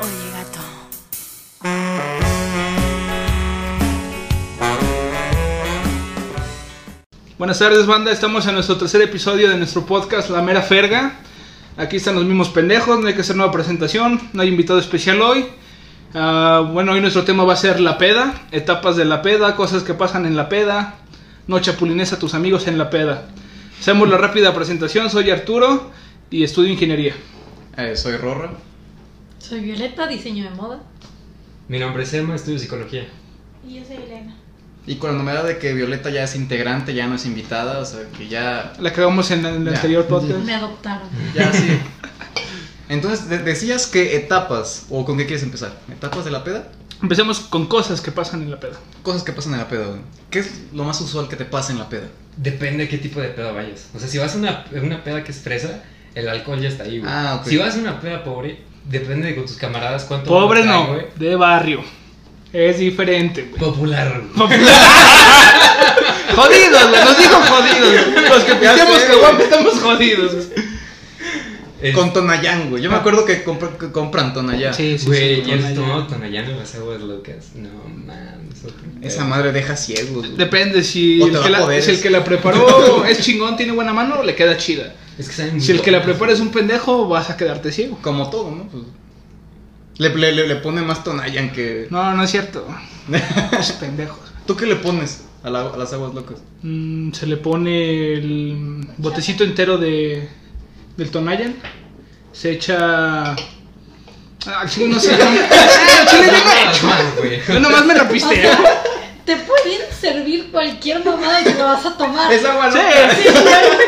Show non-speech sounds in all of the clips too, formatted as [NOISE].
Oye, gato. Buenas tardes, banda. Estamos en nuestro tercer episodio de nuestro podcast La Mera Ferga. Aquí están los mismos pendejos, no hay que hacer nueva presentación, no hay invitado especial hoy. Ah, bueno, hoy nuestro tema va a ser la peda, etapas de la peda, cosas que pasan en la peda. No chapulines a tus amigos en la peda. Hacemos la rápida presentación, soy Arturo y estudio ingeniería. Eh, soy Rorra. Soy Violeta, diseño de moda. Mi nombre es Emma, estudio psicología. Y yo soy Elena. Y con la novedad de que Violeta ya es integrante, ya no es invitada, o sea que ya. La cagamos en el Ya. anterior podcast. Me adoptaron. Ya sí. Entonces, de- decías que etapas, o con qué quieres empezar? ¿Etapas de la peda? Empecemos con cosas que pasan en la peda. Cosas que pasan en la peda, güey. ¿Qué es lo más usual que te pasa en la peda? Depende de qué tipo de pedo vayas. O sea, si vas a una, a una peda que es fresa, el alcohol ya está ahí, güey. Ah, ok. Si vas a una peda pobre, depende de con tus camaradas cuánto. Pobre traen, no, güey. de barrio. Es diferente, güey. Popular, güey. [LAUGHS] Jodidos, güey, nos dijo jodidos. Los que Ya pisteamos sé, que güey. estamos jodidos. Es- Con Tonayán, güey. Yo me acuerdo que, compra- que compran Tonayán. Güey, ¿ya con has la- tomado Tonayán en las aguas locas? No, mames. otro Esa pedo. madre deja ciegos, güey. Depende si O el te va que, a la, joder. si el que la [LAUGHS] preparó es chingón, tiene buena mano, le queda chida. Es que saben muy Si el que la buenas, prepara es güey. un pendejo, vas a quedarte ciego. Como todo, ¿no? Pues, le, le, le- le pone más Tonayán que. No, no es cierto. Los pendejos. ¿Tú qué le pones a, la- a las aguas locas? Mm, se le pone el botecito entero de del Tonayan. Se echa. Ah, sí, no sé. [LAUGHS] Al chile [LAUGHS] yo no- Nada más, güey. Yo nomás me rapiste. Te pueden servir cualquier mamada que lo vas a tomar. Es agua loca. Ah, [LAUGHS] Sí,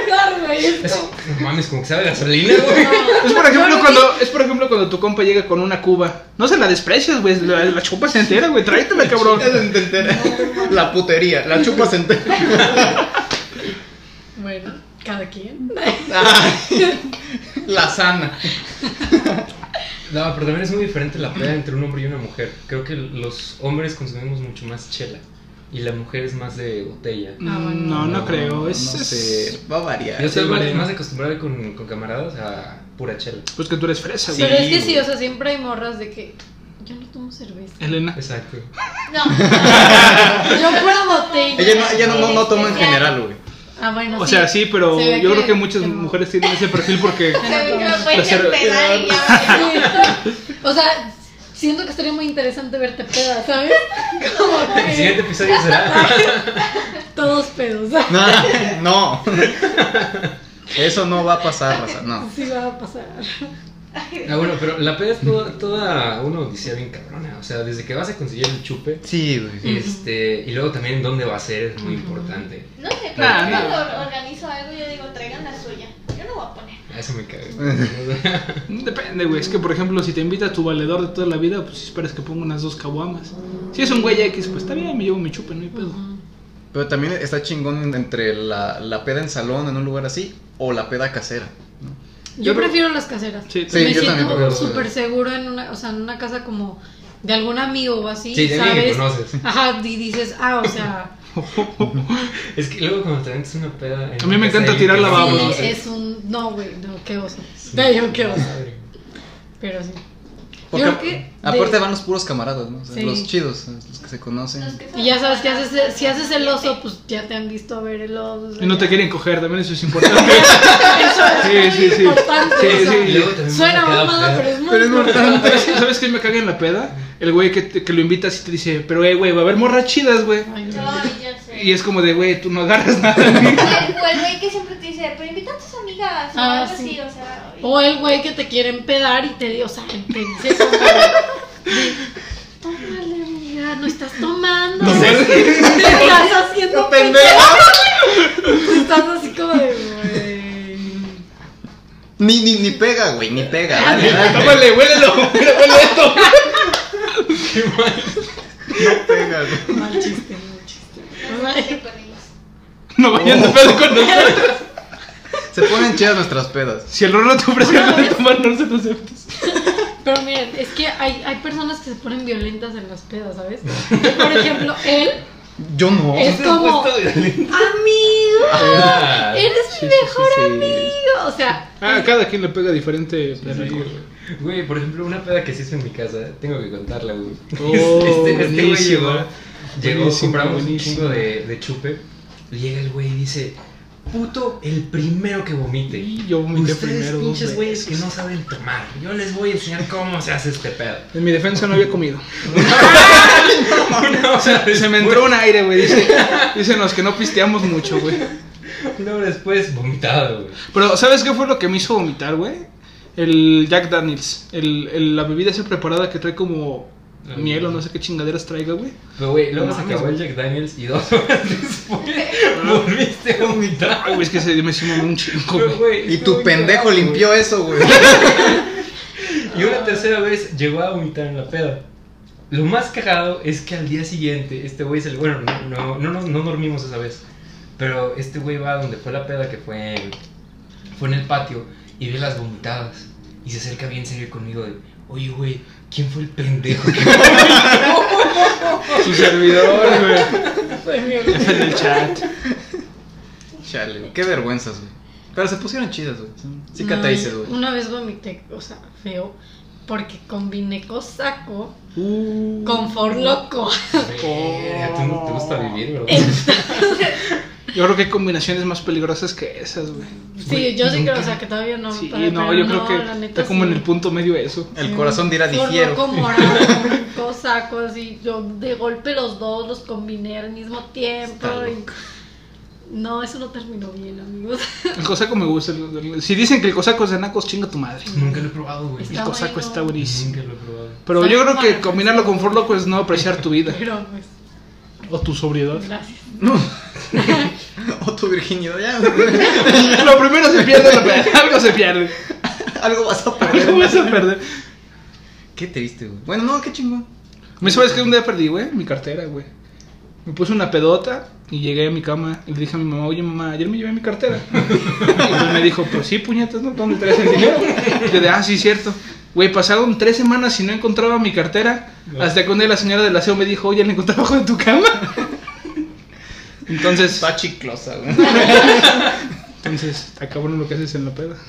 claro, güey. es Es- como- no mames, como que sabe gasolina, güey. Es por ejemplo cuando es por ejemplo cuando tu compa llega con una cuba. No se la desprecias, güey, la, la chupas entera, güey, tráetela, cabrón. Ya se entera. [LAUGHS] La putería, la chupa se entera. Bueno, cada quien. La sana. No, pero también es muy diferente la peda entre un hombre y una mujer. Creo que los hombres consumimos mucho más chela y la mujer es más de botella. Ah, Mm, No, no, creo, es, no Pues es- sé, va a variar. Yo estoy sí, más, vale. más acostumbrado con, con camaradas a pura chela. pues que tú eres fresa, Sí. güey. Pero es que sí, güey. o sea, siempre hay morras de que yo no tomo cerveza. Elena. Exacto. No. yo pura botella. Ella no, ella no, no, no toma en general, güey. Ah, bueno, O sea, sí, pero Se ve yo creo que que- muchas que no. mujeres tienen ese perfil porque [LAUGHS] Puedes La empezar cerve- y [LAUGHS] ya vale. Sí. [LAUGHS] O sea, siento que estaría muy interesante verte peda, ¿sabes? Como El siguiente que episodio [LAUGHS] será. todos pedos. [LAUGHS] ¿sabes? No, no. Eso no va a pasar, raza, no. Así va a pasar. Ah, bueno, pero la peda es toda, toda una odisea bien cabrona. O sea, desde que vas a conseguir el chupe. Sí, güey. Este, y luego también dónde va a ser es muy importante. No sé, pero Nah, yo nah. cuando organizo algo yo digo, traigan la suya. Yo no voy a poner. A eso [LAUGHS] me cago. depende, güey, es que por ejemplo, si te invita tu valedor de toda la vida, pues esperas que ponga unas dos caguamas. Si es un güey X, pues está bien, me llevo mi chupe, no hay pedo. Pero también está chingón entre la, la peda en salón, en un lugar así, o la peda casera. Yo, Yo creo- prefiero las caseras. Sí, Sí, Me yo también siento prefiero- súper seguro en una, o sea, en una casa como de algún amigo o así, Sí, de alguien que ¿sabes? conoces. Ajá, y dices, ah, o sea, Es que luego cuando te aventas una peda. en A mí me casa encanta de alguien tirar que la no baba, sí, conoces. es un, no, güey, no, qué oso, bello, qué oso, Madre. pero sí. Porque Yo creo que aparte de- van los puros camaradas, ¿no? O sea, Sí. Los chidos, los que se Los conocen. que son Y ya sabes que buenas, haces, si haces el oso, siete. pues ya te han visto ver el oso. o sea, Y no te ya. quieren coger, también eso es importante. [LAUGHS] Sí, sí, sí. Importante, Sí, o sea, sí. Y luego también Suena me queda mamada, feo. pero es muy Pero es importante. ¿Sabes, ¿Sabes qué me caga en la peda? El güey que, te- que lo invitas y te dice, pero eh, güey, va a haber morras chidas, güey. Ay, no. Ay, ya sé. Y es como de, güey, tú no agarras nada. O [LAUGHS] el güey que siempre te dice, pero invita a tus amigas. O Ah, algo sí. así, o sea. oye. O el güey que te quiere empedar y te dio, o sea, te dice como de, de, tómale, amiga, no estás tomando. No sé. [LAUGHS] Te [LAUGHS] estás haciendo pendejo. Estás así como de, Ni, ni, ni pega, güey, ni [LAUGHS] pega. dale, dale. Tómale, huélelo, mira, huele esto. No pega, güey. güey. Mal chiste, mal chiste. No sé, con ellos. No vayan de pedo con nosotros. Se ponen chidas nuestras pedas. Si el Rolo te ofrece algo de tomar, no se lo aceptas. Pero miren, es que hay, hay personas que se ponen violentas en las pedas, ¿sabes? Por ejemplo, él Yo no. es como amigo, eres mi mejor amigo. O sea, Ah, cada quien le pega diferente. de recuerdo. Güey, por ejemplo, una peda que se hizo en mi casa, tengo que contarla, güey. Oh, [LAUGHS] este este güey buenísimo. llegó, llegó Buenísimo, compramos un buenísimo. chingo de, de chupe. Llega el güey y dice: Puto, el primero que vomite. Y yo vomité Ustedes primero. dos pinches güeyes veces. que no saben tomar. Yo les voy a enseñar cómo se hace [LAUGHS] este pedo. En mi defensa no había [LAUGHS] comido. Oh, Una hora Se me entró un aire, güey. Dice, dicen los que no pisteamos mucho, güey. después- Una hora después, vomitado, güey. Pero, ¿sabes qué fue lo que me hizo vomitar, güey? El Jack Daniels. El, el- la bebida esa preparada que trae como Ah, miel o sí. no sé qué chingaderas traiga, güey. Pero, güey, luego No se mames, acabó el Jack Daniels y dos [LAUGHS] horas después volviste a vomitar. Ay, güey, es que se me hicimos un chingo, Pero, güey. güey, Y estuvo tu bien pendejo cagado, limpió eso, güey. güey. Y una tercera vez llegó a vomitar en la peda. Lo más cagado es que al día siguiente, este güey se le. Bueno, no, no, no, no- no dormimos esa vez. Pero este güey va a donde fue la peda, que fue en, fue en el patio, y ve las vomitadas. Y se acerca bien serio conmigo de. Oye, güey, ¿quién fue el pendejo que [LAUGHS] Su servidor, güey. fue violento. En el chat. Chale, güey, qué vergüenzas, güey. Pero se pusieron chidas, güey. Sí No, cataices, güey. [LAUGHS] Una vez vomité, o sea, feo, porque combiné cosaco Uh. con forloco. Verga, ¿Tú no te gusta vivir, bro? Eh. Yo creo que hay combinaciones más peligrosas que esas, güey. Sí, yo sí creo, o sea, que todavía no. Sí, todavía- no, pero yo creo la que neta está como sí. en el punto medio eso. El corazón dirá Por difiero. loco morado, [LAUGHS] cosaco, así. Yo de golpe los dos los combiné al mismo tiempo. Está y- No, eso no terminó bien, amigos. [LAUGHS] El cosaco me gusta. el- el- si dicen que el cosaco es de nacos, chinga tu madre. Nunca lo he probado, güey. El Está cosaco bueno. está buenísimo. Nunca lo he probado. Pero yo creo que Bueno. combinarlo con Fort Loco es no apreciar tu vida. Pero pues, O tu sobriedad. gracias. O tu virginidad, ya, güey. [LAUGHS] [LAUGHS] Lo primero se pierde, lo pe- [LAUGHS] algo se pierde. Algo vas a Algo vas perder. a perder. Qué triste, güey. Bueno, no, qué chingón. Me sabes que un día perdí, güey, mi cartera, güey. Me puse una pedota y llegué a mi cama y le dije a mi mamá, oye mamá, ayer me llevé mi [LAUGHS] cartera. y pues me dijo, pues sí, puñetas, ¿no? ¿Dónde traes el dinero? Y yo de, ah, sí, cierto. Güey, pasaron tres semanas y no encontraba mi cartera. Hasta que un día la señora del aseo me dijo, oye, la encontré abajo de tu [LAUGHS] cama. entonces, Está chiclosa, güey. entonces, acabó lo que haces en la peda. [LAUGHS]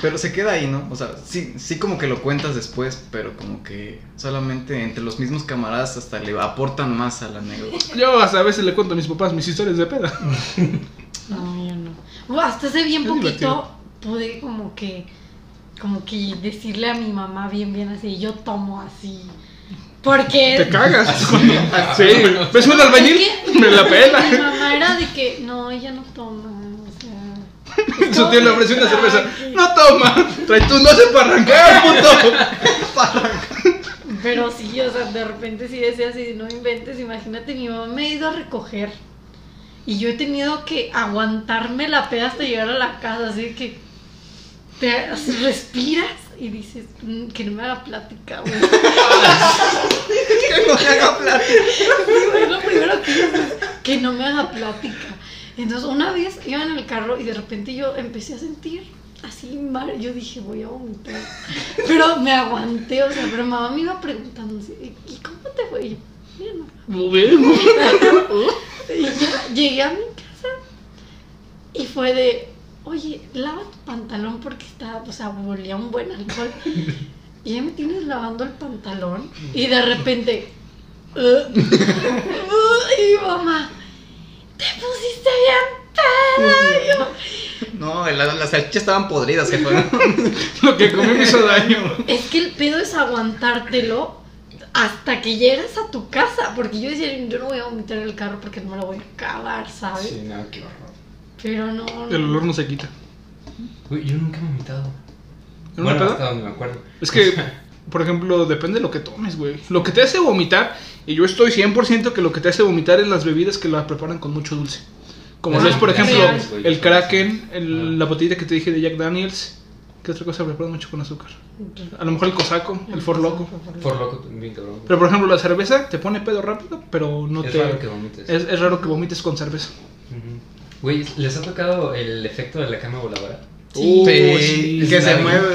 Pero se queda ahí, ¿no? O sea, sí, sí como que lo cuentas después, pero como que solamente entre los mismos camaradas hasta le aportan más a [LAUGHS] la anécdota. Yo hasta a veces le cuento a mis papás mis historias de peda. No, yo no. Bueno, hasta hace bien Es poquito divertido. pude como que como que decirle a mi mamá bien bien así, yo tomo así. Porque [LAUGHS] Te cagas. [LAUGHS] sí, ves un albañil, Es que- me la [LAUGHS] [LAUGHS] Mi pela. mamá era de que no, ella no toma, o sea. Su tío le ofreció una cerveza. Ay, No toma, trae tus noces para arrancar, puto. Pero sí, o sea, de repente sí decía así, no inventes, imagínate, mi mamá me ha ido a recoger. Y yo he tenido que aguantarme la peda hasta llegar a la casa, así que te respiras y dices, "Mm, que no me haga plática, güey. [LAUGHS] Que no me haga plata. Sí, güey, lo primero que dices, que no me haga plática. Entonces, una vez iba en el carro y de repente yo empecé a sentir así mal. Yo dije, voy a vomitar. Pero me aguanté, o sea, pero mamá me iba preguntando, así, ¿y cómo te fue? Y yo, "Bien, mamá". Muy bien, muy bien. Y ya llegué a mi casa y fue de, oye, lava tu pantalón porque está, o sea, volía un buen alcohol. Y ya me tienes lavando el pantalón y de repente, "Ugh". y mi mamá, te pusiste bien peda. No, la- las salchichas estaban podridas, jefa. Lo que comí me [LAUGHS] hizo daño. Y yo, es que el pedo es aguantártelo hasta que llegas a tu casa, porque yo decía, yo no voy a vomitar en el carro porque no me lo voy a acabar, ¿sabes? Sí, no, qué horror. Pero no. no. El olor no se quita. Güey, yo nunca he vomitado. ¿En una Bueno, hasta peda? donde me acuerdo. Es que, por ejemplo, depende de lo que tomes, güey. Lo que te hace vomitar, y yo estoy 100% que lo que te hace vomitar es las bebidas que las preparan con mucho dulce. Como Ah, lo es, por las ejemplo, bebidas, güey, el son Kraken, el- Ah. la botellita que te dije de Jack Daniels. ¿Qué otra cosa preparan mucho con azúcar? A lo mejor el cosaco, el for loco. Por loco también, cabrón. Pero por ejemplo, la cerveza te pone pedo rápido, pero no es te. raro que vomites. Es, es raro que vomites con cerveza. Ujú. Güey, ¿les ha tocado el efecto de la cama [LAUGHS] voladora? Sí. Uy, [LAUGHS] Sí, sí, que Está se bien mueve.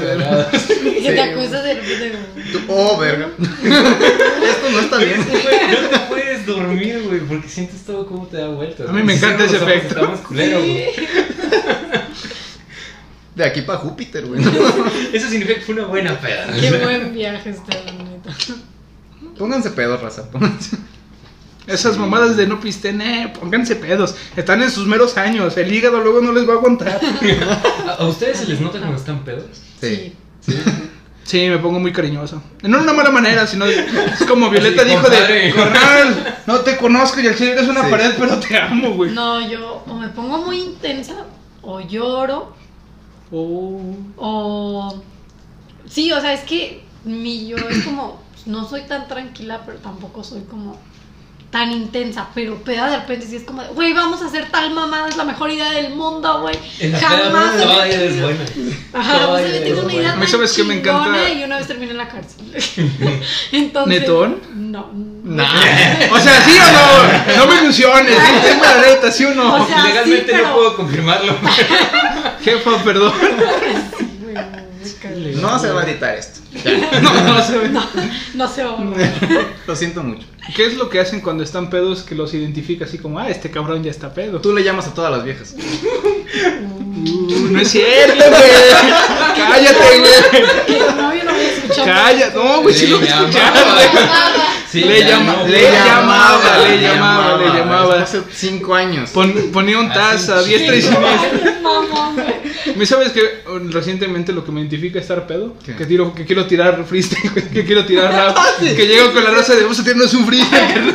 [LAUGHS] ¿verdad? cagado. [LAUGHS] Que Sí. [LAUGHS] te acusas de repente. Tú- Oh, verga. [LAUGHS] Esto no está [LAUGHS] bien. Güey, No te puedes dormir, güey, porque sientes todo como te da vueltas. A mí me encanta ese efecto. Estamos culero, güey. De aquí para Júpiter, güey. Eso significa que fue una buena peda. [LAUGHS] Qué buen viaje este está, la neta. [LAUGHS] Pónganse pedo, raza. Pónganse. Esas mamadas de no pisten, eh, pónganse pedos. Están en sus meros años. El hígado luego no les va a [LAUGHS] aguantar. ¿A a ustedes se les nota cuando están pedos? Sí. Sí, me pongo muy cariñoso. No en una mala manera, sino es como Violeta Sí, dijo compadre. de carnal, no te conozco y al chile eres una Sí. pared, pero te amo, güey. No, yo o me pongo muy intensa, o lloro, Oh. o. Sí, o sea, es que mi yo es como. No soy tan tranquila, pero tampoco soy como tan intensa. Pero peda de repente sí es como, de, güey, vamos a hacer tal mamada, es la mejor idea del mundo, güey. En la Jamás. peda se todavía me- es buena. Ajá, no se me Todavía tengo es una buena. idea A mí, tan ¿sabes qué me encanta? chingona Y una vez terminé en la cárcel. Entonces. ¿Netón? No. O sea, sí o no, no [LAUGHS] me ilusiones. Sí, tengo la neta, sí o O no. sea, sí, Legalmente pero- no puedo [LAUGHS] confirmarlo. Jefa, [LAUGHS] perdón. Sí, güey, me cagué. No se va a editar esto. No, no se ve. No se va a borrar. [LAUGHS] Lo siento mucho. ¿Qué es lo que hacen cuando están pedos que los identifica así como, ah, este cabrón ya está pedo? Tú le llamas a todas las [LAUGHS] viejas. Uh, no es cierto, [LAUGHS] güey. Cállate, güey. No, yo no voy a escuchar. Cállate. No, güey, sí, lo me escucharon. amaba. Sí, Le ya llama- no, le güey. llamaba, le llamaba, le güey. llamaba. Hace cinco años. Pon- ponía un Así, taza a diestra y sí. siniestra. Mamón, güey. ¿Me sabes que eh, recientemente lo que me identifica estar pedo? ¿Qué? Que tiro, que quiero tirar freestyle, [LAUGHS] güey, que quiero tirar [LAUGHS] rap, Ah, que llego con la raza de vamos a tirarnos un freestyle. carnal".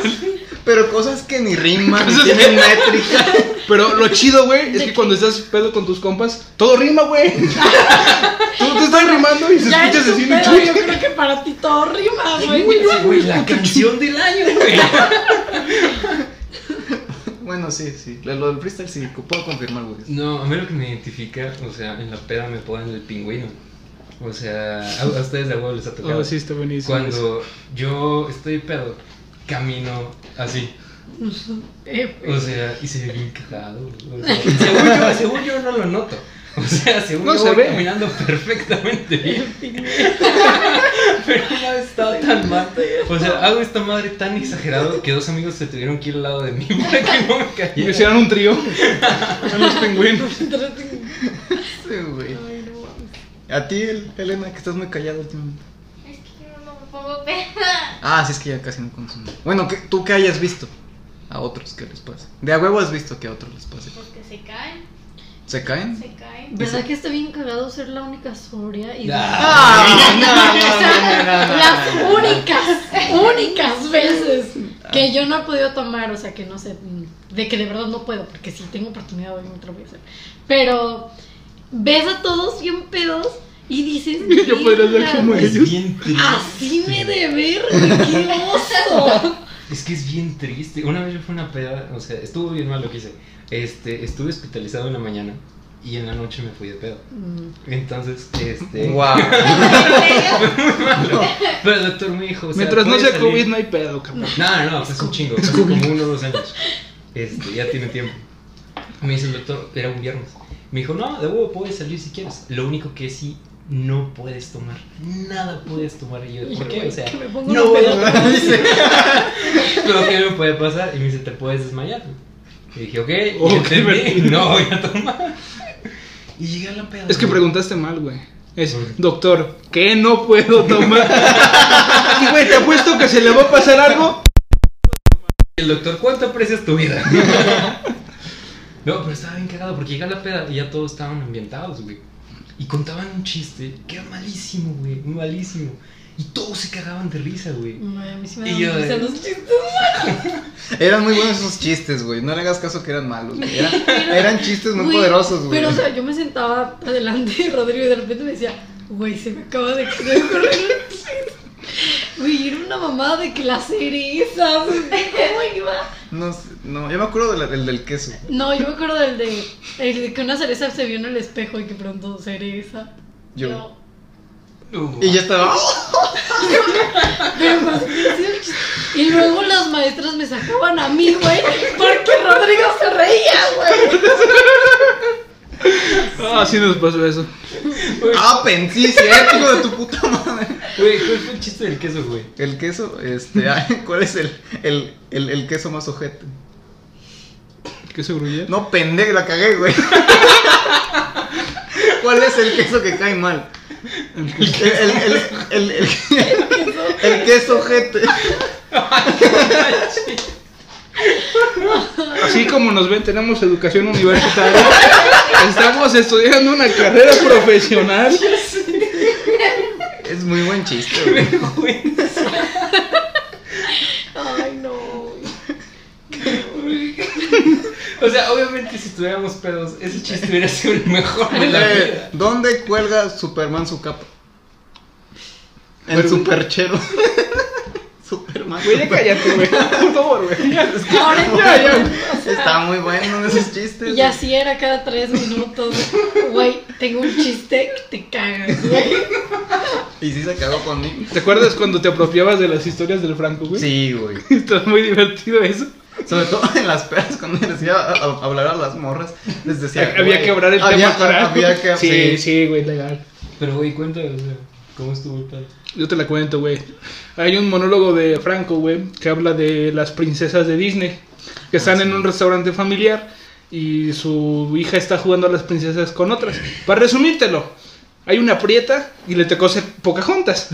Pero cosas que ni riman, ni Cosas que- [LAUGHS] tienen métrica. Pero lo chido, güey, es ¿De que qué? cuando estás pedo con tus compas, todo rima, [LAUGHS] güey. Tú te estás rimando y se Ya escuchas es así un un pedo, yo chingo. creo que para ti todo rima, güey. Güey, la canción del año, güey. Bueno, sí, sí. Lo del freestyle sí, puedo confirmar, güey. No, a mí lo que me identifica, o sea, en la peda me ponen el pingüino. O sea, a, a ustedes de huevo les ha tocado. Oh, sí, está buenísimo. eso. Cuando yo estoy pedo, camino así. Eh, güey. O sea, y se ve bien cagado. o sea, según, yo, [LAUGHS] según yo no lo noto. O sea, según No yo se voy ve. caminando perfectamente bien. [LAUGHS] Pero una vez estaba tan mal. O sea, hago esta madre tan exagerado que dos amigos se tuvieron que ir al lado de mí para que no me Y cayera. hicieron un [LAUGHS] trío. Eran los pingüinos. Sí, güey. Ay, no mames. A ti, El- Elena, que estás muy callado últimamente. Es que yo no me pongo peda. Ah, sí, es que ya casi no consumo. Bueno, ¿qué- ¿tú qué hayas visto? A otros que les pase. De a huevo has visto que a otros les pase. Porque se caen, ¿Se caen? se caen. ¿Verdad que está bien cagado ser la única sobria? Y Ah, Ah, O sea, las únicas, únicas veces que yo no he podido tomar, o sea, que no sé, de que de verdad no puedo, porque si tengo oportunidad hoy me lo voy a hacer. Pero ves a todos bien pedos y dices, [LAUGHS] Yo podría ser "Mira, como es ellos. bien triste. Así me de ver, qué oso. Es que es bien triste. Una vez yo fui a una peda, o sea, estuvo bien mal lo que hice. Este, estuve hospitalizado en la mañana y en la noche me fui de pedo. Entonces, [LAUGHS] este. Wow. Pero el doctor me dijo. o sea, Mientras no puedes sea salir- COVID, no hay pedo, cabrón. No, no, no, es un chingo, hace como uno o dos años. Este, ya tiene tiempo. Me dice el doctor, era un viernes. Me dijo, no, de huevo puedes salir si quieres. Lo único que sí, no puedes tomar. Nada puedes tomar. Y yo, ¿por qué? O sea, Que me pongo no una voy peda. a tomar. [LAUGHS] Lo que me puede pasar. Y me dice, te puedes desmayar. Y dije, ok, y Oh, qué entendí, divertido. [LAUGHS] no voy a tomar. Y llegué a la peda. Es que güey. preguntaste mal, güey. Es, doctor, ¿qué no puedo tomar? Y, güey, te apuesto que se le va a pasar algo. El doctor, ¿cuánto aprecias tu vida? [LAUGHS] no, pero estaba bien cagado porque llega la peda y ya todos estaban ambientados, güey. Y contaban un chiste que era malísimo, güey, malísimo. Y todos se cagaban de risa, güey. Ay, a mí sí me Y dan yo de- risa los chistes. Eran muy buenos esos chistes, güey. No le hagas caso que eran malos. güey. Eran, eran chistes muy Güey, poderosos, güey. Pero, o sea, yo me sentaba adelante de Rodrigo y de repente me decía, güey, se me acaba de quedar [LAUGHS] Güey, era una mamada de que las cerezas. ¿Cómo iba? No, sé, no, yo me acuerdo del, del, del queso. No, yo me acuerdo del de, el de que una cereza se vio en el espejo y que pronto cereza. [LAUGHS] Yo. Y ya estaba. Pero más difícil. Y luego las maestras me sacaban a mí, güey, porque Rodrigo se reía, güey. Ah, sí nos pasó eso. ¡Ah, pensí, cierto, hijo de tu puta madre! Güey, ¿cuál fue el chiste del queso, güey? El queso, este, ay, ¿cuál es el, el, el, el queso más ojete? ¿Qué se grulla? No, pendejo, la cagué, güey. ¿Cuál es el queso que cae mal? El, el, el, el, el- el queso ojete. Así como nos ven, tenemos educación universitaria. Estamos estudiando una carrera profesional. Es muy buen chiste, [LAUGHS] güey. Ay, [LAUGHS] no. güey. O sea, obviamente si tuviéramos pedos, ese chiste hubiera sido el mejor de la Eh, vida. ¿Dónde cuelga Superman su capa? En Pero- [LAUGHS] superchero. Superman. Güey, ya cállate, güey. Por favor, güey. Ya, Ahora ya, ya. Está muy bueno esos chistes. Y así era cada tres minutos. Güey, tengo un chiste que te cagas, güey. Y sí se cagó conmigo. ¿Te acuerdas cuando te apropiabas de las historias del Franco, güey? Sí, güey. Está muy divertido eso. Sobre todo en las pedas, cuando les decía a- a- hablar a las morras, les decía. había güey, que hablar el había- tema para. Había que. sí, sí, güey, legal. Pero, güey, cuéntame, o sea, ¿cómo estuvo el pedo? Yo te la cuento, güey. Hay un monólogo de Franco, güey, que habla de las princesas de Disney, que Ah, están en un restaurante familiar y su hija está jugando a las princesas con otras. Para resumírtelo, hay una prieta y le tocó ser [LAUGHS] Pocahontas.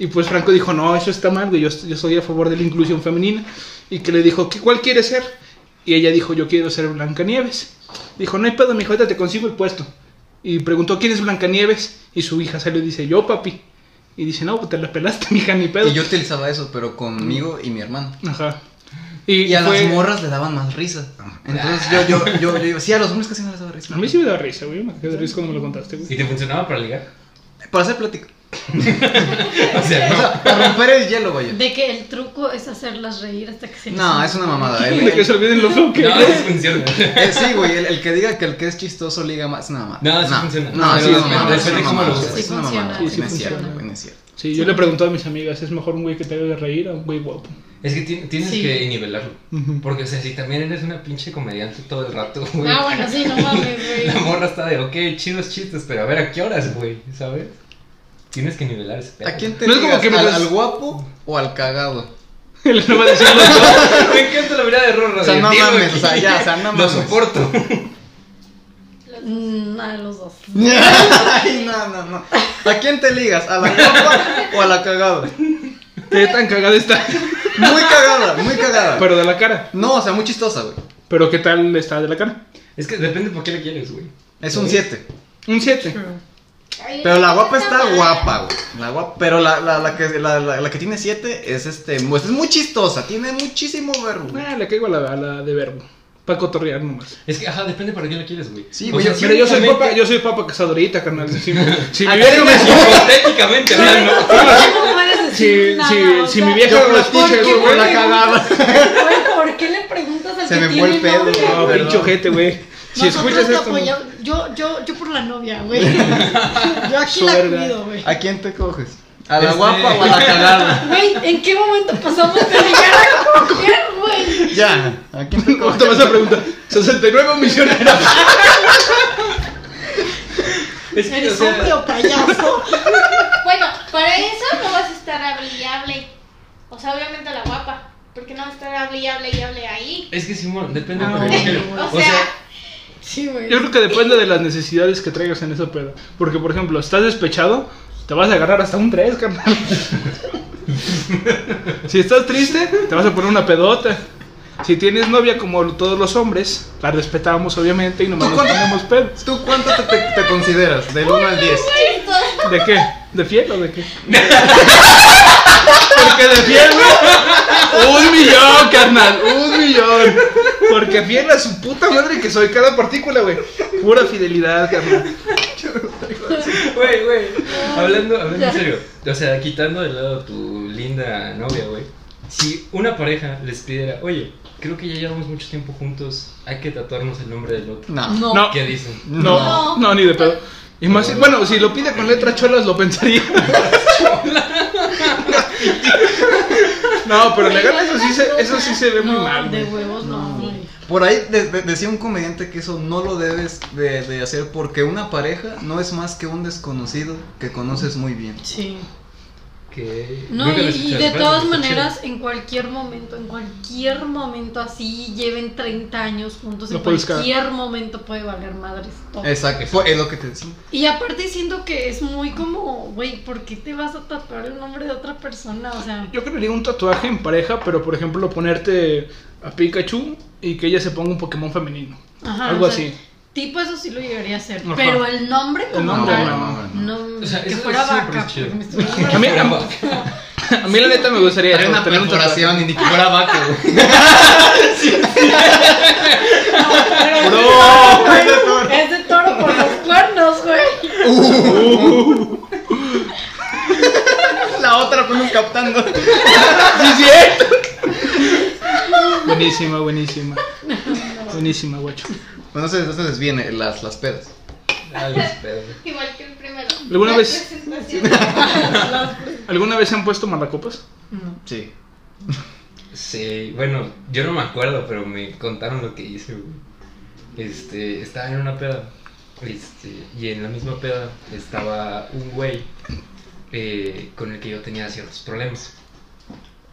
Y pues Franco dijo, no, eso está mal, güey, yo, yo soy a favor de la inclusión femenina. Y que le dijo, ¿qué, ¿cuál quieres ser? Y ella dijo, yo quiero ser Blancanieves. Dijo, no hay pedo, mi ahorita te consigo el puesto. Y preguntó, ¿quién es Blancanieves? Y su hija salió y dice, yo, papi. Y dice, no, pues te la pelaste, [LAUGHS] mija, ni pedo. Y yo utilizaba eso, pero conmigo y mi hermano. Ajá. Y, Y a fue- las morras le daban más risa. Entonces yo, yo, yo, yo, digo, sí, a los hombres casi no les daba risa. A mí sí me da risa, güey, me da risa cuando me lo contaste, güey. ¿Y te funcionaba para ligar? [LAUGHS] Para hacer plática. O sea, O no. sea, para romper el hielo, vaya. De que el truco es hacerlas reír hasta que se les No, es una mamada. [LAUGHS] El- De que se el- olviden los bloques. No, sí funciona. eh, sí, güey, el, el que diga que el que es chistoso liga más, nada más. No, sí funciona. No, Sí, sí, sí, es depende una cómo lo mamada. uses. Es una Sí mamada. funciona, güey, sí No es cierto, funciona. güey, no es cierto. Sí, yo le pregunto a mis amigas, ¿es mejor un güey que te haga reír o un güey [LAUGHS] guapo? Es que ti- tienes Sí. que nivelarlo. Ujú. Porque, o sea, si también eres una pinche comediante todo el rato, güey. Ah, bueno, sí, no mames, [LAUGHS] La güey. morra está de, ok, chidos chistes, pero a ver a qué horas, güey, ¿sabes? Tienes que nivelar ese pedo. ¿A quién te No es ligas? como que me ¿Al, des- al guapo o al cagado? [LAUGHS] Él no va a decir los dos. [LAUGHS] Me encanta la mirada de Rorra. O sea, de, no "Dilo mames, aquí". o sea, ya, o sea, no [LAUGHS] Lo mames. soporto. Nada de los dos. Ay, no, no, no. ¿A quién te ligas? ¿A la guapa o a la cagada? Qué tan cagada está. Muy cagada, muy cagada. Pero de la cara. No, o sea, muy chistosa, güey. Pero ¿qué tal está de la cara? Es que depende por qué le quieres, güey. Es un 7. Un 7. Pero la guapa está guapa, güey. La guapa, pero la, la, la, que, la, la, la que tiene 7 es este. pues, es muy chistosa, tiene muchísimo verbo. güey. Ah, le caigo a la, a la de verbo. Para cotorrear nomás. Es que, ajá, depende para qué le quieres, güey. Sí, O güey, sea, yo- Mira, yo soy únicamente- papa, yo soy papa casadorita, carnal. Si, si mi Ah, Acá vieja hay me una- [LAUGHS] Hipotéticamente hablando. No puedes si, decir nada, si- o si sea, mi vieja Yo me lo escucha, dije, güey. güey, la cagada. Güey, ¿por qué le preguntas al Se que me fue tiene el pedo, novia? güey. No, Perdón. pinche ojete, güey. Si Nosotros escuchas te esto. apoyamos. Yo, yo, yo por la novia, [LAUGHS] güey. Yo aquí Su la verga. cuido, güey. ¿A quién te coges? ¿A la Este- guapa o a la [LAUGHS] cagada? Güey, ¿en qué momento pasamos de [LAUGHS] llegar a coger, güey? Ya, ¿a quién te ¿Cómo te coges? vas a preguntar? 69 misioneros. Es que, o ¿Eres sea, hombre [LAUGHS] o payaso? Bueno, para eso no vas a estar hable y hable. O sea, obviamente la guapa. Porque no vas a estar hable y hable y hable ahí. es que Simón, depende Ah, por qué le quieres. [LAUGHS] ok. O sea, Sí, Yo güey. creo que depende de las necesidades que traigas en esa peda. Porque, por ejemplo, estás despechado, te vas a agarrar hasta un 3, [LAUGHS] carnal. si estás triste, te vas a poner una pedota. Si tienes novia como todos los hombres, la respetamos obviamente y nomás nos ponemos pedo. ¿Tú cuánto te, te- te consideras? Del 1 al 10. ¿De qué? ¿De fiel o de qué? Porque de fiel, güey, un millón, carnal, un millón. Porque fiel a su puta madre que soy cada partícula, güey. Pura fidelidad, carnal. Güey, güey. Hablando, hablando Ya. en serio. O sea, quitando de lado a tu linda novia, güey. Si una pareja les pidiera, oye, creo que ya llevamos mucho tiempo juntos, hay que tatuarnos el nombre del otro. No. No. No, ¿Qué dicen? no, no, ni de pedo. Y más, bueno, si lo pide con letras cholas, lo [LAUGHS] pensaría. no, pero legal, eso sí se, eso sí se ve muy No, mal. De güey. huevos no, güey. Por ahí de- de- decía un comediante que eso no lo debes de, de hacer porque una pareja no es más que un desconocido que conoces muy bien. Sí. Que No, nunca y, lo y escuchas, de ¿verdad? todas Está chido. maneras, en cualquier momento, en cualquier momento así, lleven 30 años juntos, en Lo puedes cagar. cualquier momento puede valer madres todo. Exacto, fue- es lo que te decía. Y aparte siento que es muy como, güey, ¿por qué te vas a tatuar el nombre de otra persona? O sea, Yo creo que haría un tatuaje en pareja, pero por ejemplo ponerte a Pikachu y que ella se ponga un Pokémon femenino. ajá, algo o sea, así. tipo eso sí lo llegaría a hacer, Ajá. pero el nombre como nombre, tal, no. no, O sea, que eso fuera siempre vaca. es chido. porque me [LAUGHS] estoy- A mí, a, a mí la neta me gustaría Trae eso, una tener un tatuaje. perforación y ni que fuera vaca, güey. Es de toro por los cuernos, güey. La otra fuimos captando. [LAUGHS] ¡Sí, cierto! buenísima, buenísima. Buenísima, guacho. Bueno, entonces, entonces viene eh, las, las pedas. Ah, los pedos. [LAUGHS] Igual que el primero. ¿Alguna Las vez? presentaciones. ¿Alguna vez se han puesto malacopas? No. Sí. Sí, bueno, yo no me acuerdo, pero me contaron lo que hice, güey. Este, estaba en una peda. Este, y en la misma peda estaba un güey eh, con el que yo tenía ciertos problemas.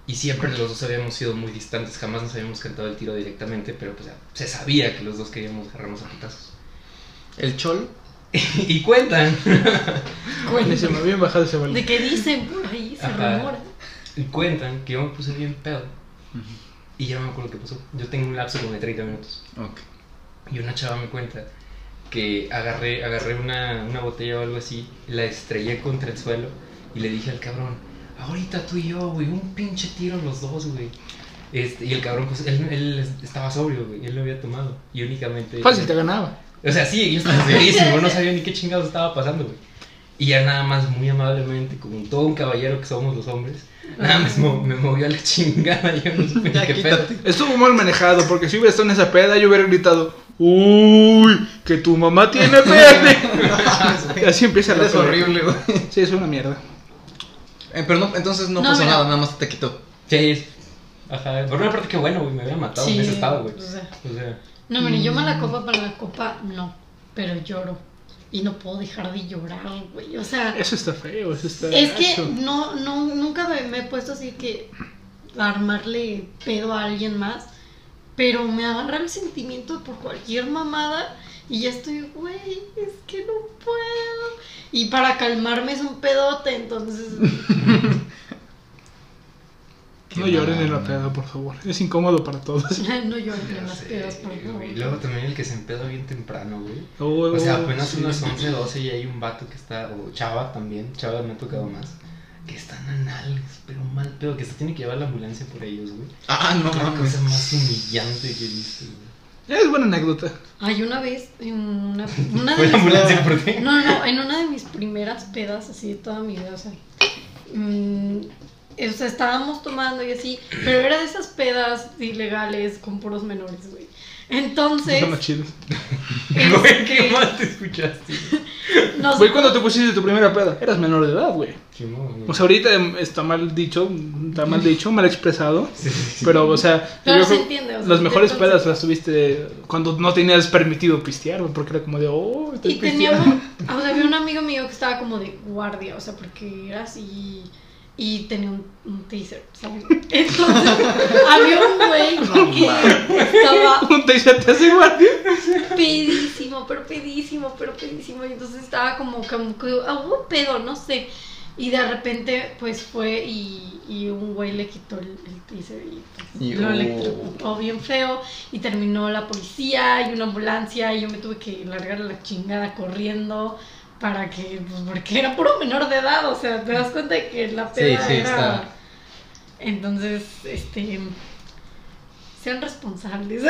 Y siempre los dos habíamos sido muy distantes, jamás nos habíamos cantado el tiro directamente, pero pues ya se sabía que los dos queríamos agarrarnos a putazos. El chol. y cuentan. Buenísima, bien bajado ese balón. De qué dicen por ahí, se Ajá. rumora. Y cuentan que yo me puse bien pedo. Y ya no me acuerdo qué pasó. Yo tengo un lapso como de 30 minutos. Ok. Y una chava me cuenta que agarré, agarré una, una botella o algo así, la estrellé contra el suelo y le dije al cabrón, ahorita tú y yo, güey, un pinche tiro los dos, güey. Este, y el cabrón, pues, él, él estaba sobrio, güey, él lo había tomado. Y únicamente... Fácil, te ganaba. O sea, sí, yo estaba segurísimo, no sabía ni qué chingados estaba pasando, güey. Y ya nada más, muy amablemente, como todo un caballero que somos los hombres, nada más mo- me movió a la chingada, [LAUGHS] yo no supe ni Ya, qué pedo. quítate. Estuvo mal manejado, porque si hubiera estado en esa peda, yo hubiera gritado: ¡Uy! ¡Que tu mamá tiene pene! Y así empieza la Es pelea. horrible, güey. Sí, es una mierda. Eh, pero no, entonces no, No, pasó mira. nada, nada más te quitó. Sí, es- ajá, por una parte que bueno, güey, me habían matado Sí, en ese estado, güey. o sea. O sea, No, mire, yo mala copa para la copa, no. Pero lloro. Y no puedo dejar de llorar, güey. O sea, Eso está feo, eso está. es que gacho. no, no, nunca me, me he puesto así que a armarle pedo a alguien más. Pero me agarra el sentimiento por cualquier mamada. Y ya estoy, güey, es que no puedo. Y para calmarme es un pedote, entonces. No lloren en la peda, por favor. Es incómodo para todos. [LAUGHS] ay, no lloro ya en las sé, pedas, por favor. güey. Luego también el que se empeda bien temprano, güey. Oh, O sea, oh, apenas sí. unas 11, 12 y hay un vato que está, o chava también, chava me ha tocado más, que están anales, pero mal pedo, que se tiene que llevar la ambulancia por ellos, güey. Ah, no La cosa mames. más humillante que he visto, güey. Es buena anécdota. Ay, una vez, en una, una Fue de la [LAUGHS] mis- [LAUGHS] ambulancia por ti. No, no, en una de mis primeras pedas, así de toda mi vida, o sea. mm, o sea, estábamos tomando y así, pero era de esas pedas ilegales con puros menores, güey. Entonces, Son las chidas. Güey, qué mal te escuchaste. nos- Güey, ¿cuándo te pusiste tu primera peda? Eras menor de edad, güey. Chimón, O sea, ahorita em, está mal dicho, está mal dicho, mal [LAUGHS] expresado. Pero, o sea, Pero yo se creo- entiende, o sea, las mejores entonces- pedas las tuviste cuando no tenías permitido pistear, güey, porque era como de, oh, estoy y pisteando. teníamos, o sea, había un amigo mío que estaba como de guardia, o sea, porque era así y tenía un, un taser, ¿sabes? Entonces, [LAUGHS] había un güey que estaba [LAUGHS] Un taser te hace [LAUGHS] guardia. pedísimo, pero pedísimo, pero pedísimo. Y entonces estaba como, como que ah, hubo pedo, no sé. Y de repente, pues fue y, y un güey le quitó el, el taser y pues, Y- lo oh. electrocutó bien feo. Y terminó la policía y una ambulancia. Y yo me tuve que largar a la chingada corriendo para que, pues, porque era puro menor de edad. O sea, te das cuenta de que la Sí, peda sí, era. está. Entonces, este. Sean responsables.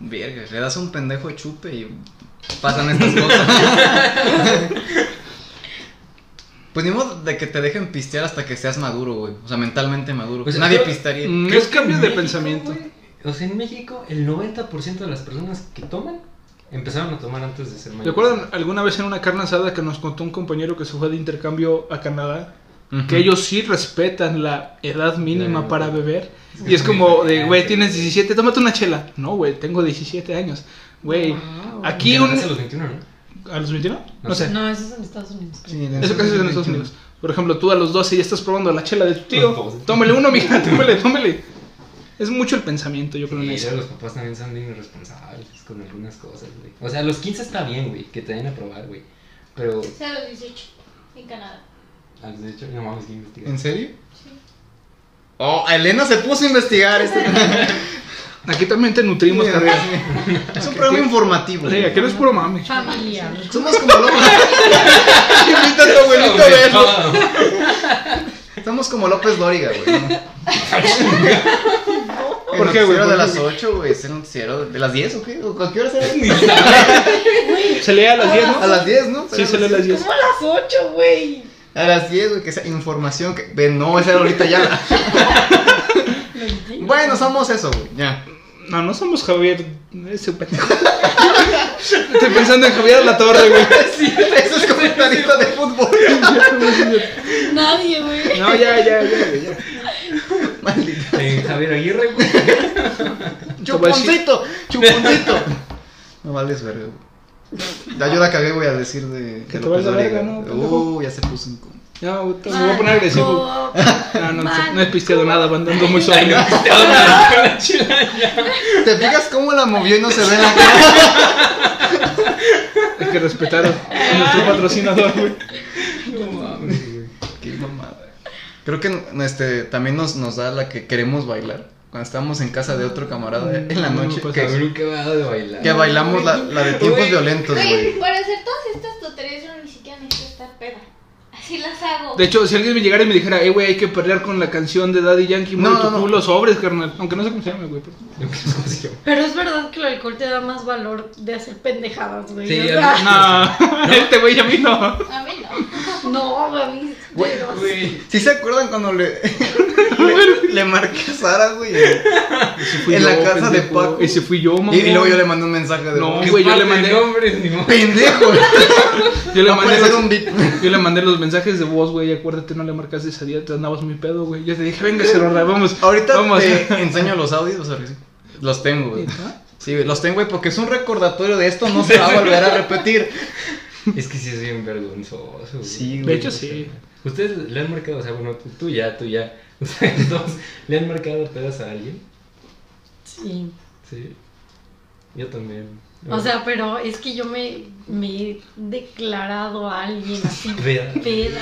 Verga, le das un pendejo chupe y pasan estas cosas. [LAUGHS] Pues ni modo de que te dejen pistear hasta que seas maduro, güey. O sea, mentalmente maduro. Pues, Nadie yo- pistearía. Mm, Creo es que en cambio de México, pensamiento. güey, O sea, en México el 90% de las personas que toman Empezaron a tomar antes de ser mayores. ¿Recuerdan alguna vez en una carne asada que nos contó un compañero que se fue de intercambio a Canadá? Ujú. Que ellos sí respetan la edad mínima Claro. para beber. Y es como de, güey, tienes 17, tómate una chela. No, güey, tengo 17 años. Güey, Wow. aquí Canadá un... es a los 21, ¿no? ¿A los 21? No No sé. No, eso es en Estados Unidos. Sí, en Eso casi es en Estados Unidos. Por ejemplo, tú a los 12 ya estás probando la chela de tu Los tío. doce. Tómele uno, mija, [LAUGHS] tómele, tómele. Es mucho el pensamiento, yo creo, en Y eso. luego los papás también son bien irresponsables con algunas cosas, güey. O sea, a los 15 está bien, güey, que te den a probar, güey. Pero, O sea, a los 18 en Canadá. a los 18, no mames, que investigar. ¿En serio? Sí. Oh, Elena se puso a investigar este [LAUGHS] Aquí también te nutrimos, Sí, carnal. Es un programa informativo. Sí, aquí no es puro mame. Familia. Somos [LAUGHS] como López. Invita a tu abuelito a verlo. Estamos como López Dóriga, [LAUGHS] güey. ¿no? El ¿Por qué, güey? noticiero ¿Por de qué? las 8, güey. ¿Es el noticiero de las 10 o qué? ¿O ¿A qué hora será? Se lee a las 10, A ¿no? las 10, ¿no? Sí, se lee a las 10. ¿Cómo a las 8, güey? A las 10, güey, que esa información que... de- No, esa era ahorita ya. [LAUGHS] Bueno, somos eso, güey, [LAUGHS] ya. No, no somos Javier. Ese pendejo. Estoy pensando en Javier La Torre, güey. Sí, eso es comentarista [LAUGHS] de fútbol. Nadie, güey. No, ya, ya, ya, güey, ya. Maldita. En Javier [LAUGHS] Aguirre, güey. Chuponcito, chuponcito. [LAUGHS] No vales verga, güey. Ya yo la cagué, voy a decir de. Que de te valga López verga, Dóriga. ¿no, pendejo? Uh, ya se puso incómodo. Ya, güey, te- me voy a poner agresivo. Ah, No, no, no, no he pisteado nada, güey, andando muy sobrio. Te van a dar con la chila ya. ¿Te fijas cómo la movió y no se ve en [LAUGHS] la cara? Hay que respetar a nuestro patrocinador, güey. No mames, güey. Qué mamada. Creo que este, también nos, nos da la que queremos bailar. Cuando estábamos en casa de otro camarada en la No, noche. pues, que, Cabrón, qué va de bailar. que bailamos la, la de tiempos Güey, violentos, Oye, güey. para hacer todas estas tonterías yo ni siquiera necesito estar peda. Así las hago. De hecho, si alguien me llegara y me dijera, eh, güey, hay que pelear con la canción de Daddy Yankee, No, muere no, tu no. culo, sobres, carnal. Aunque no sé cómo se llama, güey. pero- Lo que es como si yo- Pero es verdad que el alcohol te da más valor de hacer pendejadas, güey. Sí, O sea, No, [LAUGHS] este güey a mí no. A mí no. [LAUGHS] no, mami. Güey, pero- Güey. ¿Sí se acuerdan [LAUGHS] cuando le, le, le marqué a Sara, güey? Y, Si fui En la casa de pendejo. Paco. Ese fui yo, mamá. y luego yo le mandé un mensaje de No, Qué güey, yo le par de mandé- nombres, ni [LAUGHS] modo. pendejo. Yo le Va a mandé aparecer los- un beat. [LAUGHS] Yo le mandé los mensajes de voz, güey. Acuérdate, no le marcaste ese día. Te andabas muy pedo, güey. Yo te dije, venga, Cerorra, vamos. Ahorita vamos. te enseño los audios, o sea, que sí. Los tengo, güey. Sí, güey, los tengo, güey, porque es un recordatorio de esto, no se va a volver a [LAUGHS] repetir. Es que sí es bien vergonzoso. güey. Sí, De güey. hecho, sí. ¿Ustedes le han marcado, o sea, bueno, tú, tú ya, tú ya, [LAUGHS] ustedes dos, le han marcado pedas a alguien? Sí. Sí. Yo también. O sea, pero es que yo me, me he declarado a alguien así. [LAUGHS] Peda. peda.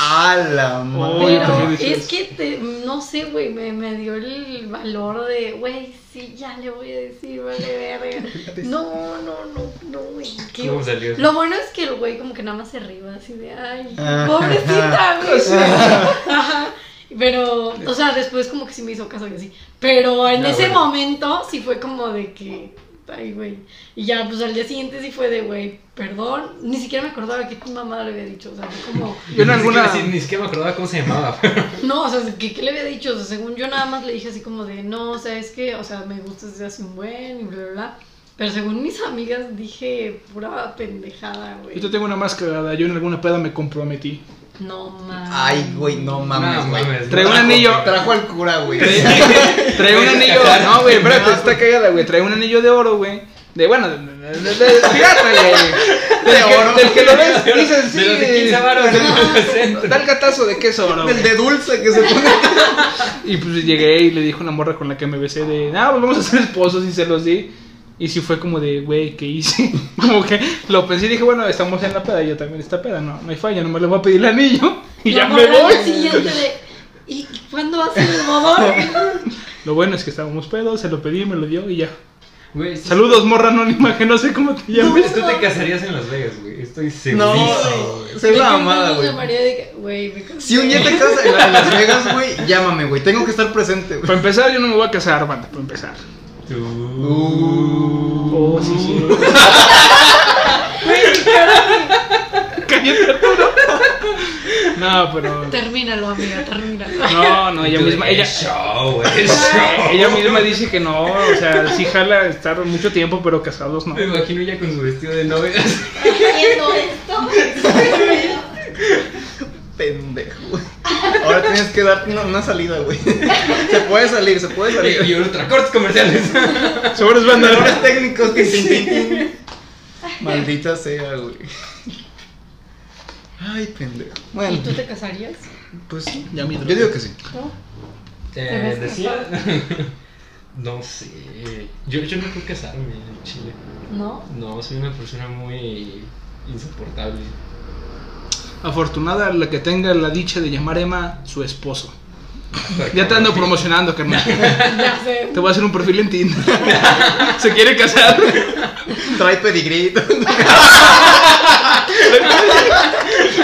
A la madre. Oye, también Pero he dicho es eso. que te, no sé, güey, me, me dio el valor de, güey, sí, ya le voy a decir, vale [LAUGHS] verga. No, no, no, no, güey. qué- ¿Cómo salió eso? Lo bueno es que el güey como que nada más se arriba, así de, ay, Ah, Ajá. pobrecita, güey. [LAUGHS] Ajá. Pero, o sea, después como que sí me hizo caso que sí. Pero en Ya, ese bueno. momento sí fue como de que, ay, güey. Y ya, pues al día siguiente sí fue de, güey, perdón. Ni siquiera me acordaba que tu mamá le había dicho, o sea, fue como... Yo en Ni alguna. siquiera- sí, Ni siquiera me acordaba cómo se [LAUGHS] llamaba. No, o sea, ¿qué, qué le había dicho? O sea, según yo nada más le dije así como de, no, o sea, es que, o sea, me gusta desde hace un buen y bla, bla, bla. Pero según mis amigas dije pura pendejada, güey. Yo te tengo una más cagada. Yo en alguna peda me comprometí. No mames. Ay, güey, no mames, No güey. mames, Traigo no. un anillo. Trajo al cura, güey. Trae un anillo. No, güey, espérate, está cagada, güey. Trae un anillo de oro, güey. De bueno, de, de, de, de pirata, güey. Del, De que- oro. del que lo ves, dices, De los de 15 sí. [LAUGHS] varos. ¿no? Da el catazo de queso oro. El de dulce que se pone. Y pues llegué y le dije a una morra con la que me besé de, ah, pues vamos a ser esposos y se los di. Y sí fue como de, güey, ¿qué hice? [LAUGHS] Como que lo pensé y dije, bueno, estamos en la peda, yo también esta peda, no, no hay falla, no me le voy a pedir el anillo [LAUGHS] y La ya me morra al voy. día siguiente de, ¿y cuándo vas a ser [LAUGHS] mamá? Lo bueno es que estábamos pedos, se lo pedí, me lo dio y ya. Güey, sí. Saludos, morra anónima, que no sé cómo te Tú llames. te casarías en Las Vegas, güey. Estoy No, segurísimo. güey. se va mamada, güey. Güey, me cansé. Si un día te casas en en Las Vegas, güey, llámame, güey. Tengo que estar presente, güey. Para empezar, yo no me voy a casar, banda, para empezar. [LAUGHS] Tú. Uh. Oh, sí, sí. Cállate, Arturo. No, pero. Termínalo, amiga, termínalo. No, no, ella Tú de, misma. Ella, "Es show, es [LAUGHS] show". ella misma dice que no. O sea, sí jala estar mucho tiempo, pero casados no. Me imagino ella con su vestido de novia. haciendo esto. Pendejo, güey. Ahora tienes que darte una, una salida, güey. Se puede salir, se puede y salir. ultra cortes comerciales. Sobres Valores banda. técnicos. tin, tin, tin, tin. Maldita sea, güey. Ay, pendejo. ¿Y Bueno, tú te casarías? pues sí. Ya mi Yo digo que sí. ¿No? ¿Te Eh, ves decía. No sé. Yo, yo no quiero casarme en Chile. ¿No? No, soy una persona muy insoportable. Afortunada la que tenga la dicha de llamar Emma su esposo. Ya te ando promocionando, carnal. Ya sé. Te voy a hacer un perfil en Tinder. [LAUGHS] Se quiere casar. Trae pedigrito.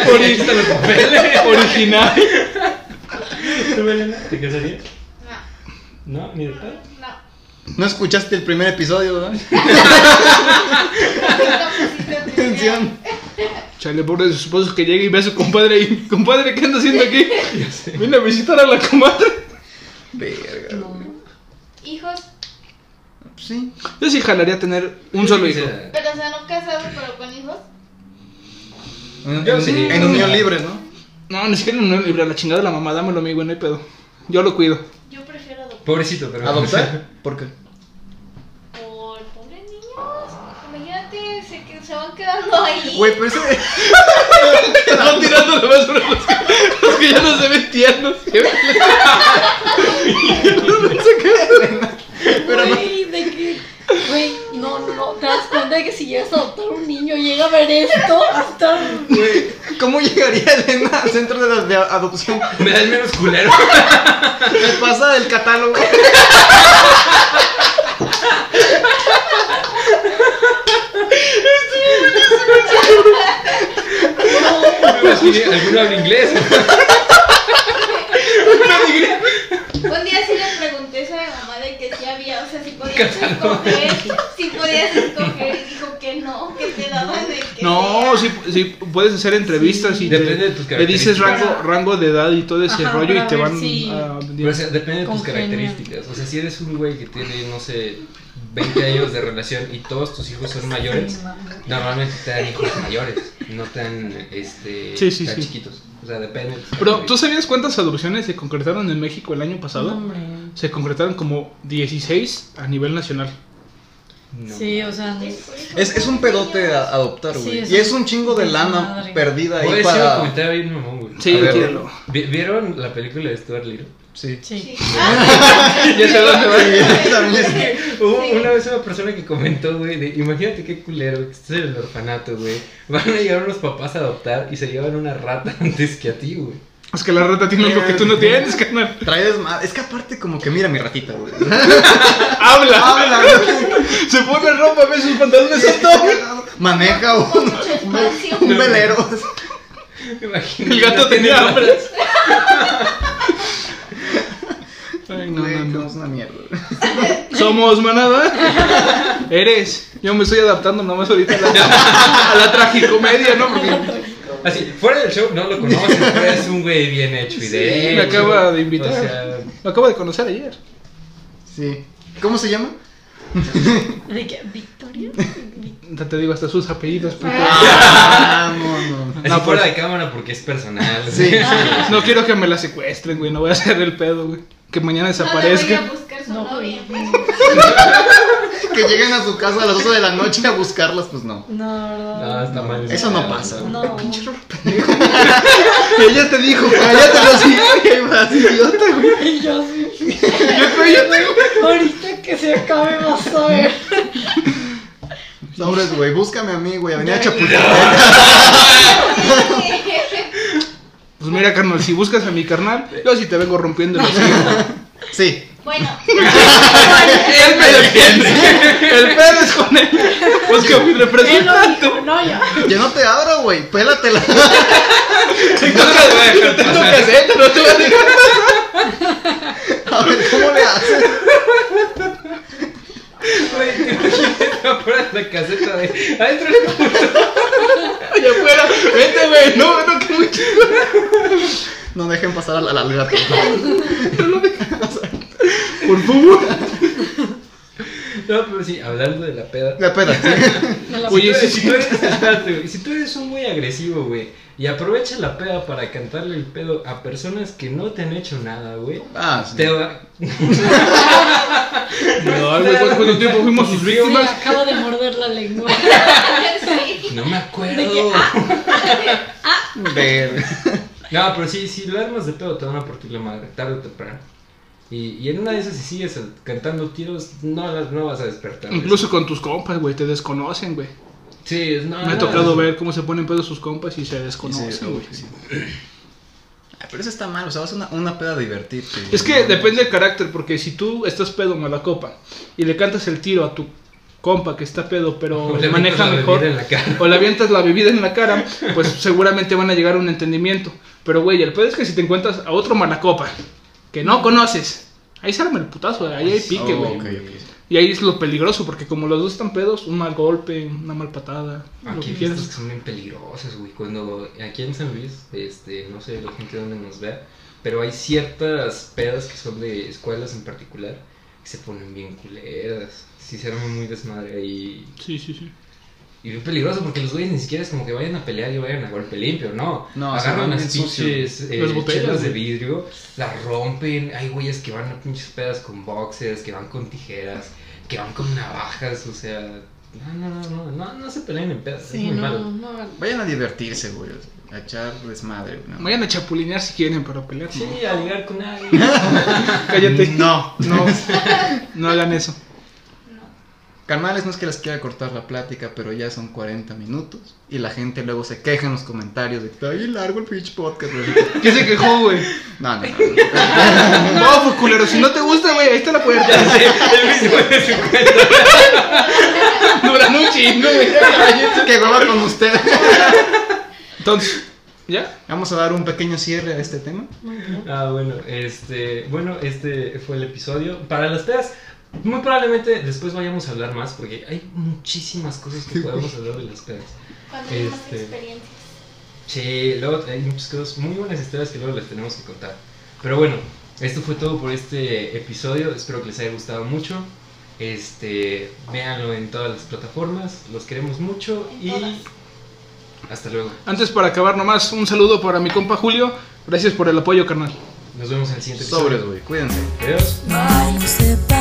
Aquí están los papeles. Original. ¿Tú, Belena, te casarías? No, No, ni de pedo. no. [LAUGHS] No escuchaste el primer episodio, [LAUGHS] ¿verdad? Nunca pusiste atención. Atención. Chale, pobre de su esposo que llega y ve a su compadre y compadre, ¿qué anda haciendo aquí? Vine a visitar a la comadre. Verga. No. güey. Hijos, Sí. Yo sí jalaría tener un solo hijo. pero o sea, no casados, pero con hijos. En, Yo en- sí. en unión libre, ¿no? No, ni siquiera no, libre, la chingada de la mamá, dámelo amigo, no hay pedo. Yo lo [LAUGHS] cuido. Yo prefiero adoptar. Pobrecito, pero. ¿Adoptar? ¿Por qué? Por pobres niños. Imagínate, se, que- se van quedando ahí. Güey, pero ese. [LAUGHS] Están tirando la basura los, que- los que ya no se ven [LAUGHS] tiernos. Pero no- Güey, de que. Güey, no, no, no. Te das cuenta de que si llegas a adoptar un niño, llega a ver esto hasta. Güey, ¿cómo llegaría Elena al centro de, la- de adopción? [LAUGHS] Me da el menos culero. Me pasa del catálogo. Me imaginé, Alguno habla inglés. Un día sí le pregunté eso a mi mamá de que sí había, o sea, si [LAUGHS] podías escoger, si podías escoger, y dijo que no, que te daban de que. No, sea. sí, sí, puedes hacer entrevistas y te, Depende de tus le dices rango, características. rango de edad y todo ese Ajá, rollo y para te ver van ah, si- a... Pero, o sea, depende de tus Congenia. características. O sea, si eres un güey que tiene, no sé, 20 años de relación y todos tus hijos son mayores, normalmente te dan hijos mayores, no tan, este, Sí, sí, tan sí. chiquitos. O sea, depende. de tus Pero, ¿tú características. sabías cuántas adopciones se concretaron en México el año pasado? Hombre. Se concretaron como 16 a nivel nacional. No. Sí, o sea. Es, es un pedote a- adoptar, Sí, güey. es y es un- un chingo de es lana madre. perdida Voy a ahí decir un para. comentario bien mamón, güey. Sí, A ver, tíralo. ¿vi- ¿Vieron la película de Stuart Little? Sí. Sí. [LAUGHS] Ya sé dónde va. Sí, también sí. Hubo una vez una persona que comentó, güey, de imagínate qué culero que estás en el orfanato, güey. Van a llegar unos papás a adoptar y se llevan una rata [LAUGHS] antes que a ti, güey. Es que la rata tiene algo que tú [LAUGHS] no tienes, carnal. Trae desmadre. Es que aparte, como que mira mi ratita, güey. Habla. Habla, güey. Se pone ropa, ve sus pantalones. Eso está cagado. Maneja Con un, mucho espacio. un velero. Imagínate, El gato no tenía tiene hambre. ratas. [LAUGHS] Ay, no, Güey, no, no no. es una mierda. Somos manada. Eres. Yo me estoy adaptando nomás ahorita a [LAUGHS] la, a la tragicomedia, ¿no? Porque Así, fuera del show no [LAUGHS] lo conoces, pero es un güey bien hecho y de Sí, me hecho. acaba de invitar. O sea, lo acabo de conocer ayer. Sí. ¿Cómo se llama? ¿De qué? ¿Victoria? Ya Te digo hasta sus apellidos. puto. Ah, no, no. así No, fuera pues- de cámara porque es personal. Sí, [LAUGHS] sí. No quiero que me la secuestren, güey. No voy a hacer el pedo, güey. Que mañana Desaparezca. No, desaparezca. voy a buscar su No, novia. Que lleguen a su casa a las 12 de la noche a buscarlas, pues no. No, No, ¿verdad? está mal. Eso no pasa. güey. No. Ella te dijo, Cállate los [LAUGHS] hijos, que más idiota, güey. Y [LAUGHS] yo sí. Yo creo yo tengo. Ahorita que se acabe vas a [LAUGHS] ver. No, hombre, güey, búscame a mí, güey, avenida Chapultepec. Pues mira, carnal, si buscas a mi carnal, yo sí te vengo rompiendo el hocico. Sí. [LAUGHS] Bueno, [LAUGHS] [LAUGHS] Él me defiende. El pedo es con él. Pues Busca a mi Él lo representante. dijo, no yo. Ya no te abro, güey, pélatela. No te lo voy a Tengo dejar [LAUGHS] que pasar. hacerlo, no te voy a dejar. A ver, ¿cómo le haces? pues. Güey, te imaginas afuera de la caseta de adentro del cuarto. Allá afuera, vete, güey. No, no, que un chingo. No dejen pasar al, al, al gato. Por favor. No, pero sí, hablando de la peda. La peda, sí. Me la- Oye, Oye, sí, si tú eres, espérate, güey, si tú eres un muy agresivo, güey, y aprovechas la peda para cantarle el pedo a personas que no te han hecho nada, güey, Ah, sí. te va... [LAUGHS] No, güey, ¿cu- ¿cuánto tiempo fuimos sus Me víctimas? acabo de morder la lengua. [LAUGHS] Sí. No me acuerdo. De que, Ver. No, pero sí, si lo armas de pedo te van a partir la madre, tarde o temprano. Y, y en una de esas, si sigues cantando tiros, no, las- no vas a despertar. güey. Incluso con tus compas, güey, te desconocen, güey. Ah, Sí, es- no, Me ha no, tocado es- ver cómo se ponen pedos sus compas y se Sí, sí, desconocen, güey. sí. Ay, Pero eso está mal, o sea, vas a una, una peda a divertirte. Es que depende del carácter, porque si tú estás pedo mala copa y le cantas el tiro a tu compa que está pedo, pero O le le maneja avientas la mejor, bebida en la cara. o le avientas la bebida en la cara, pues [LAUGHS] seguramente van a llegar a un entendimiento. Pero güey, el pedo es que si te encuentras a otro mala copa que no conoces, ahí se arma el putazo, ahí hay pique, Oh, güey. ok, ok. Y ahí es lo peligroso, porque como los dos están pedos, un mal golpe, una mal patada, lo Aquí que hay fiestas quieras. que son bien peligrosas, güey. Cuando aquí en San Luis, este, no sé la gente dónde nos vea, pero hay ciertas pedas que son de escuelas en particular que se ponen bien culeras. Sí, se arman muy desmadre ahí. Sí, sí, sí. Y bien peligroso porque los güeyes ni siquiera es como que vayan a pelear y vayan a golpe limpio, no. No, se van agarran las bien sucio. pinches eh, Las botellas, chelas de güey. vidrio, las rompen. Hay güeyes que van a pinches pedas con boxes, que van con tijeras, que van con navajas, o sea. No, no, no, no, no, no se peleen en pedas, es sí, muy no, malo. no. Vayan a divertirse, güey. A echar desmadre, güey. ¿no? Vayan a chapulinear si quieren, pero pelear. no. Sí, a ligar con alguien. Cállate. [LAUGHS] No. No, no hagan eso. Carnales, no es que les quiera cortar la plática, pero ya son 40 minutos. Y la gente luego se queja en los comentarios de que está bien largo el pitch podcast, güey. ¿Qué se quejó, güey? No, no, no, no. [LAUGHS] No, pues culero, si no te gusta, güey, ahí está la puerta. El mismo de su cuenta. Duran un chingo, [LAUGHS] güey. que hueva con usted. Entonces, ¿ya? Vamos a dar un pequeño cierre a este tema. Muy bien. [LAUGHS] Ah, bueno, este, bueno, este fue el episodio. Para las pedas, muy probablemente después vayamos a hablar más porque hay muchísimas cosas que podemos hablar de las pedas. Cuando tenemos Este. experiencias. Sí, luego hay muchas cosas, muy buenas historias que luego les tenemos que contar. Pero bueno, esto fue todo por este episodio. Espero que les haya gustado mucho. Este, véanlo en todas las plataformas. Los queremos mucho En y todas. hasta luego. Antes para acabar nomás, un saludo para mi compa Julio. Gracias por el apoyo, carnal. Nos vemos en el siguiente episodio. Sobres, güey. Cuídense. Adiós. Vamos de